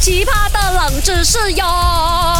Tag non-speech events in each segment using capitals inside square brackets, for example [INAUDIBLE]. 奇葩的冷知识哟！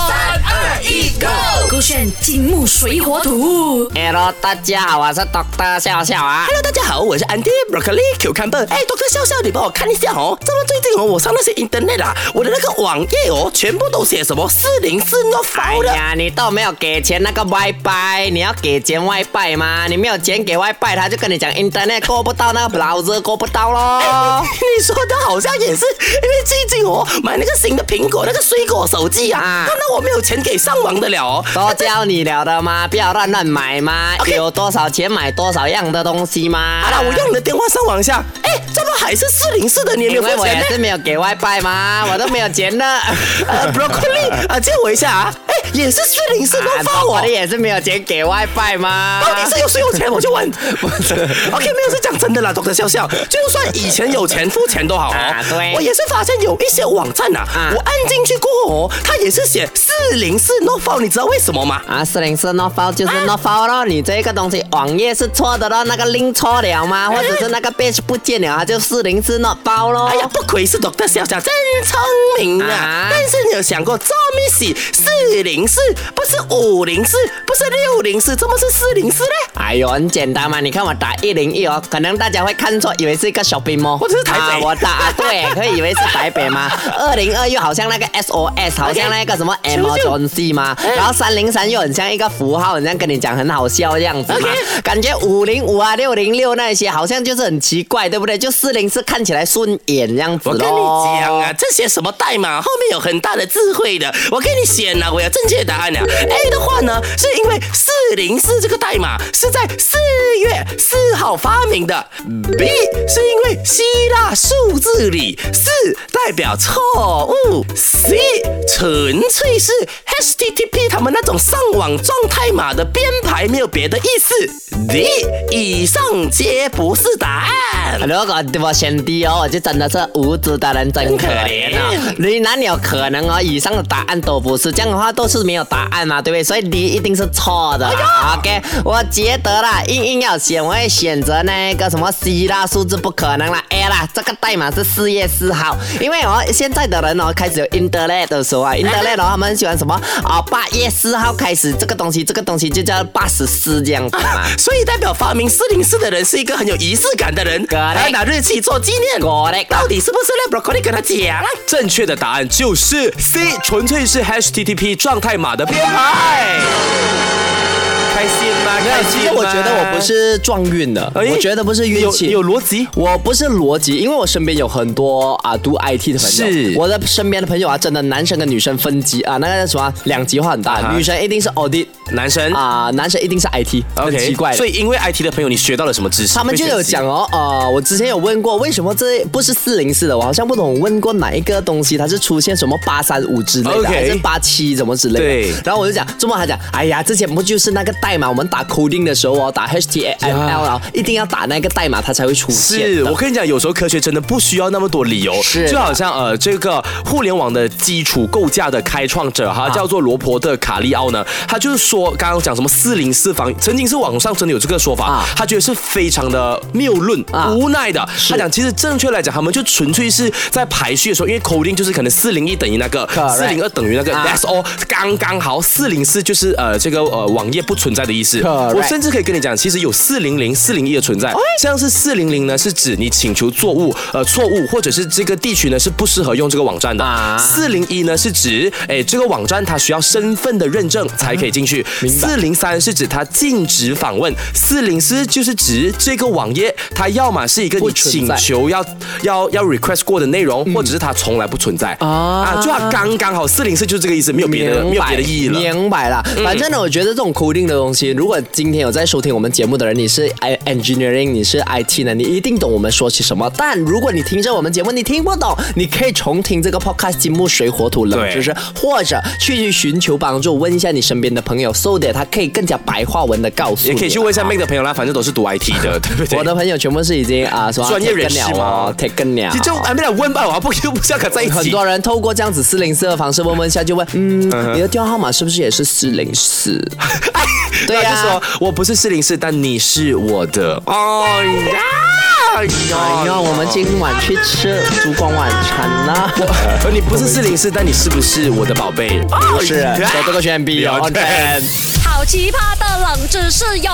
三二一，Go！勾选金木水火土。 Hello，大家好，我是 Doctor 笑笑啊。 Hello，大家好，我是 Andy Broccoli Cucumber。哎，Doctor 笑笑，你帮我看一下哦。这么最近哦，我上那些 Internet 啊，我的那个网页哦，全部都写什么四零四 not found 的。哎呀，你都没有给钱那个外拜，你要给钱外拜吗？你没有钱给外拜，他就跟你讲 Internet 过不到那个 browser 过不到 [LAUGHS] 咯。你说的好像也是，因为最近哦，买那个新的苹果那个水果手机啊啊，看到我没有钱给上网的了哦。都教你了的吗？不要乱乱买吗 OK 有多少钱买多少样的东西吗？哎好了，我用你的电话上网一下。哎，这不还是四零四的年因龄付为我钱也呢是？没有给外拜嘛，我都没有钱的。 [LAUGHS] 呃，Broccoli 啊，借我一下啊。哎，也是四零四 not 啊 found 我哦的。也是没有钱给外拜嘛。到底啊是有谁有钱？我 [LAUGHS] 就问。OK，没有是讲真的啦，懂得笑笑。就算以前有钱付钱都好哦 [LAUGHS] 啊。对我也是发现有一些网站呐、啊我按进去过后哦，它也是写四零四 no f o u 你知道为什么吗？啊，四零四 not found 就是 not found 咯，你这个东西网页是错的咯，那个 link 错了吗？或者是那个 page 不见了，它就四零四 not found 咯哎。呀，不愧是懂得笑笑，真聪明啊！哦啊但是你有想过，这么写四零四不是五零四，不是六零四，怎么是四零四呢？哎呦，很简单嘛！你看我打一零一哦，可能大家会看错，以为是一个 shopping mall。我这是台北啊我打啊，对，会以为是台北 [LAUGHS] 嘛。二零二又好像那个 SOS，好像那个什么哎 emergency 嘛。然后三零三又很像一个符号，很像跟你讲很好笑的样子哎嘛。感觉五零五啊、六零六那一些好像就是很奇怪，对不对？就四零是看起来顺眼这样子我咯。跟你讲啊，这些什么代码后面有很大的智慧的。我给你选了、我有正确答案了、A 的话呢，是因为四零四这个代码是在四月四号发明的。B 是因为希腊数字里四代表错误。C 纯粹是 HTTP 他们那种上网状态码的编排，没有别的意思。D 以上皆不是答案。 [LAUGHS] 如果我选 D 哦，我就真的是无知的人真可怜哦。你哪里有可能哦？以上的答案都不是，这样的话都是没有答案嘛，对不对？所以 D 一定是错的啦。OK，我觉得啦，硬硬要选，我会选择那个什么 C 啦，数字不可能啦，A 啦，这个代码是四月四号，因为哦，现在的人哦开始有 Internet 的时候 [LAUGHS] 啊，Internet 哦他们很喜欢什么啊？八、8月四号开始这个东西，这个东西就叫八十四这样子嘛。 [LAUGHS] 所以代表发明四零四的人是一个很有仪式感的人， Correct 还拿日期做纪念。 Correct 到底是不是呢？Broccoli 跟他讲啊。正确的答案就是 C，纯粹是 HTTP 状态码的编 [LAUGHS] 排。开心吗？没有，开其心实吗我觉得我不是撞运的，哎我觉得不是运气，有有逻辑。我不是逻辑，因为我身边有很多啊读 IT 的朋友，是我的身边的朋友啊，真的男生跟女生分级啊，那个叫什么两极化很大，啊哈女生一定是 audit 男生啊、男生一定是 IT，很 OK，奇怪的。所以因为 IT 的朋友，你学到了什么知识？他们就有讲哦，呃，我之前有问过，为什么这不是四零四的？我好像不懂问过哪一个东西，它是出现什么八三五之类的 OK 还是八七什么之类的。对然后我就讲，这么他讲，哎呀，之前不就是那个代码？我们打 coding 的时候哦，打 HTML，呀然后一定要打那个代码，它才会出现。是我跟你讲，有时候科学真的不需要那么多理由，是的就好像呃，这个互联网的基础构架的开创者啊哈，叫做罗伯特卡利奥呢，他就是说刚刚讲什么四零四房，曾经是网上真的有这个说法，啊他觉得是非常的谬论、啊无奈的。他讲其实正确来讲，他们就纯粹是在排序的时候，因为 coding 就是可能四零一等于那个， Correct 四零二等于那个、啊 t h a t s all，刚刚好，四零四就是呃这个呃网页不存在的意思。 Correct 我甚至可以跟你讲，其实有四零零、四零一的存哎在。像是四零零呢，是指你请求作物呃错误，或者是这个地区呢是不适合用这个网站的。啊四零一呢是指哎这个网站它需要身份的认证啊才可以进去。四零三是指它禁止访问。四零四就是指这个网页它要么是一个你不存请在嗯求要要要 request 过的内容，或者是它从来不存在啊就它刚刚好四零四就是这个意思，没有别的没有别的意义了。嗯明白了。反正呢，我觉得这种 coding 的东西，如果今天有在收听我们节目的人，你是 I- engineering，你是 IT 呢，你一定懂我们说些什么。但如果你听着我们节目，你听不懂，你可以重听这个 podcast《金木水火土冷知识》，或者去寻求帮助，问一下你身边的朋友，so that 他可以更加白话文的告诉你。也可以去问一下 Make 的朋友啦，反正都是读 IT 的， [LAUGHS] 对不对？我的朋友全部是已经啊什么专业人士 taken 了嘛哦，taken 了。你就还没来问吧，我啊 [LAUGHS] 还不又不是要跟他在一起。很多人透过这样子四零四的方式问问下，就问，嗯，你的电话号码是不是也是四零四？对对呀、啊，就说我不是四零四，但你是我的。哦呀，哎哎呀，呀，我们今晚去吃烛光晚餐啦！呃你不是四零四，但你是不是我的宝贝？不是，走这个选 B 哦，了解对好奇葩的冷知识哟！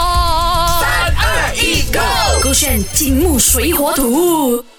三二一，Go！勾选金木水火土。